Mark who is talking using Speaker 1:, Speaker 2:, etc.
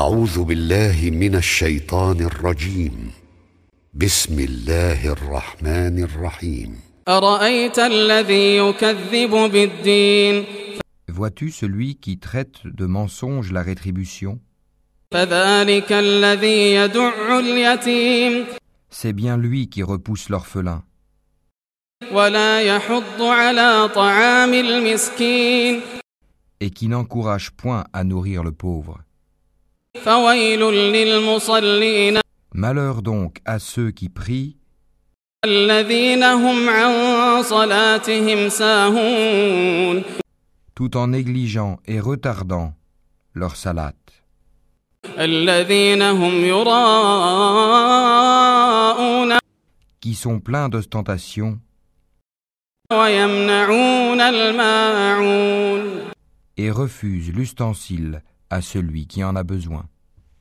Speaker 1: اعوذ بالله من الشيطان الرجيم بسم الله الرحمن الرحيم
Speaker 2: أرأيت الذي يكذب بالدين
Speaker 3: Vois-tu celui qui traite de mensonge la rétribution
Speaker 2: فذلك الذي يدع اليتيم
Speaker 3: C'est bien lui qui repousse l'orphelin
Speaker 2: ولا يحض على طعام المسكين
Speaker 3: et qui n'encourage point à nourrir le pauvre.
Speaker 2: فويل للمصلين
Speaker 3: Malheur donc à ceux qui prient
Speaker 2: الذين هم عن صلاتهم ساهون
Speaker 3: tout en négligeant et retardant leur salate,
Speaker 2: الذين هم يراءون
Speaker 3: qui sont pleins d'ostentation
Speaker 2: ويمنعون الماعون
Speaker 3: et refusent l'ustensile à celui qui en a besoin.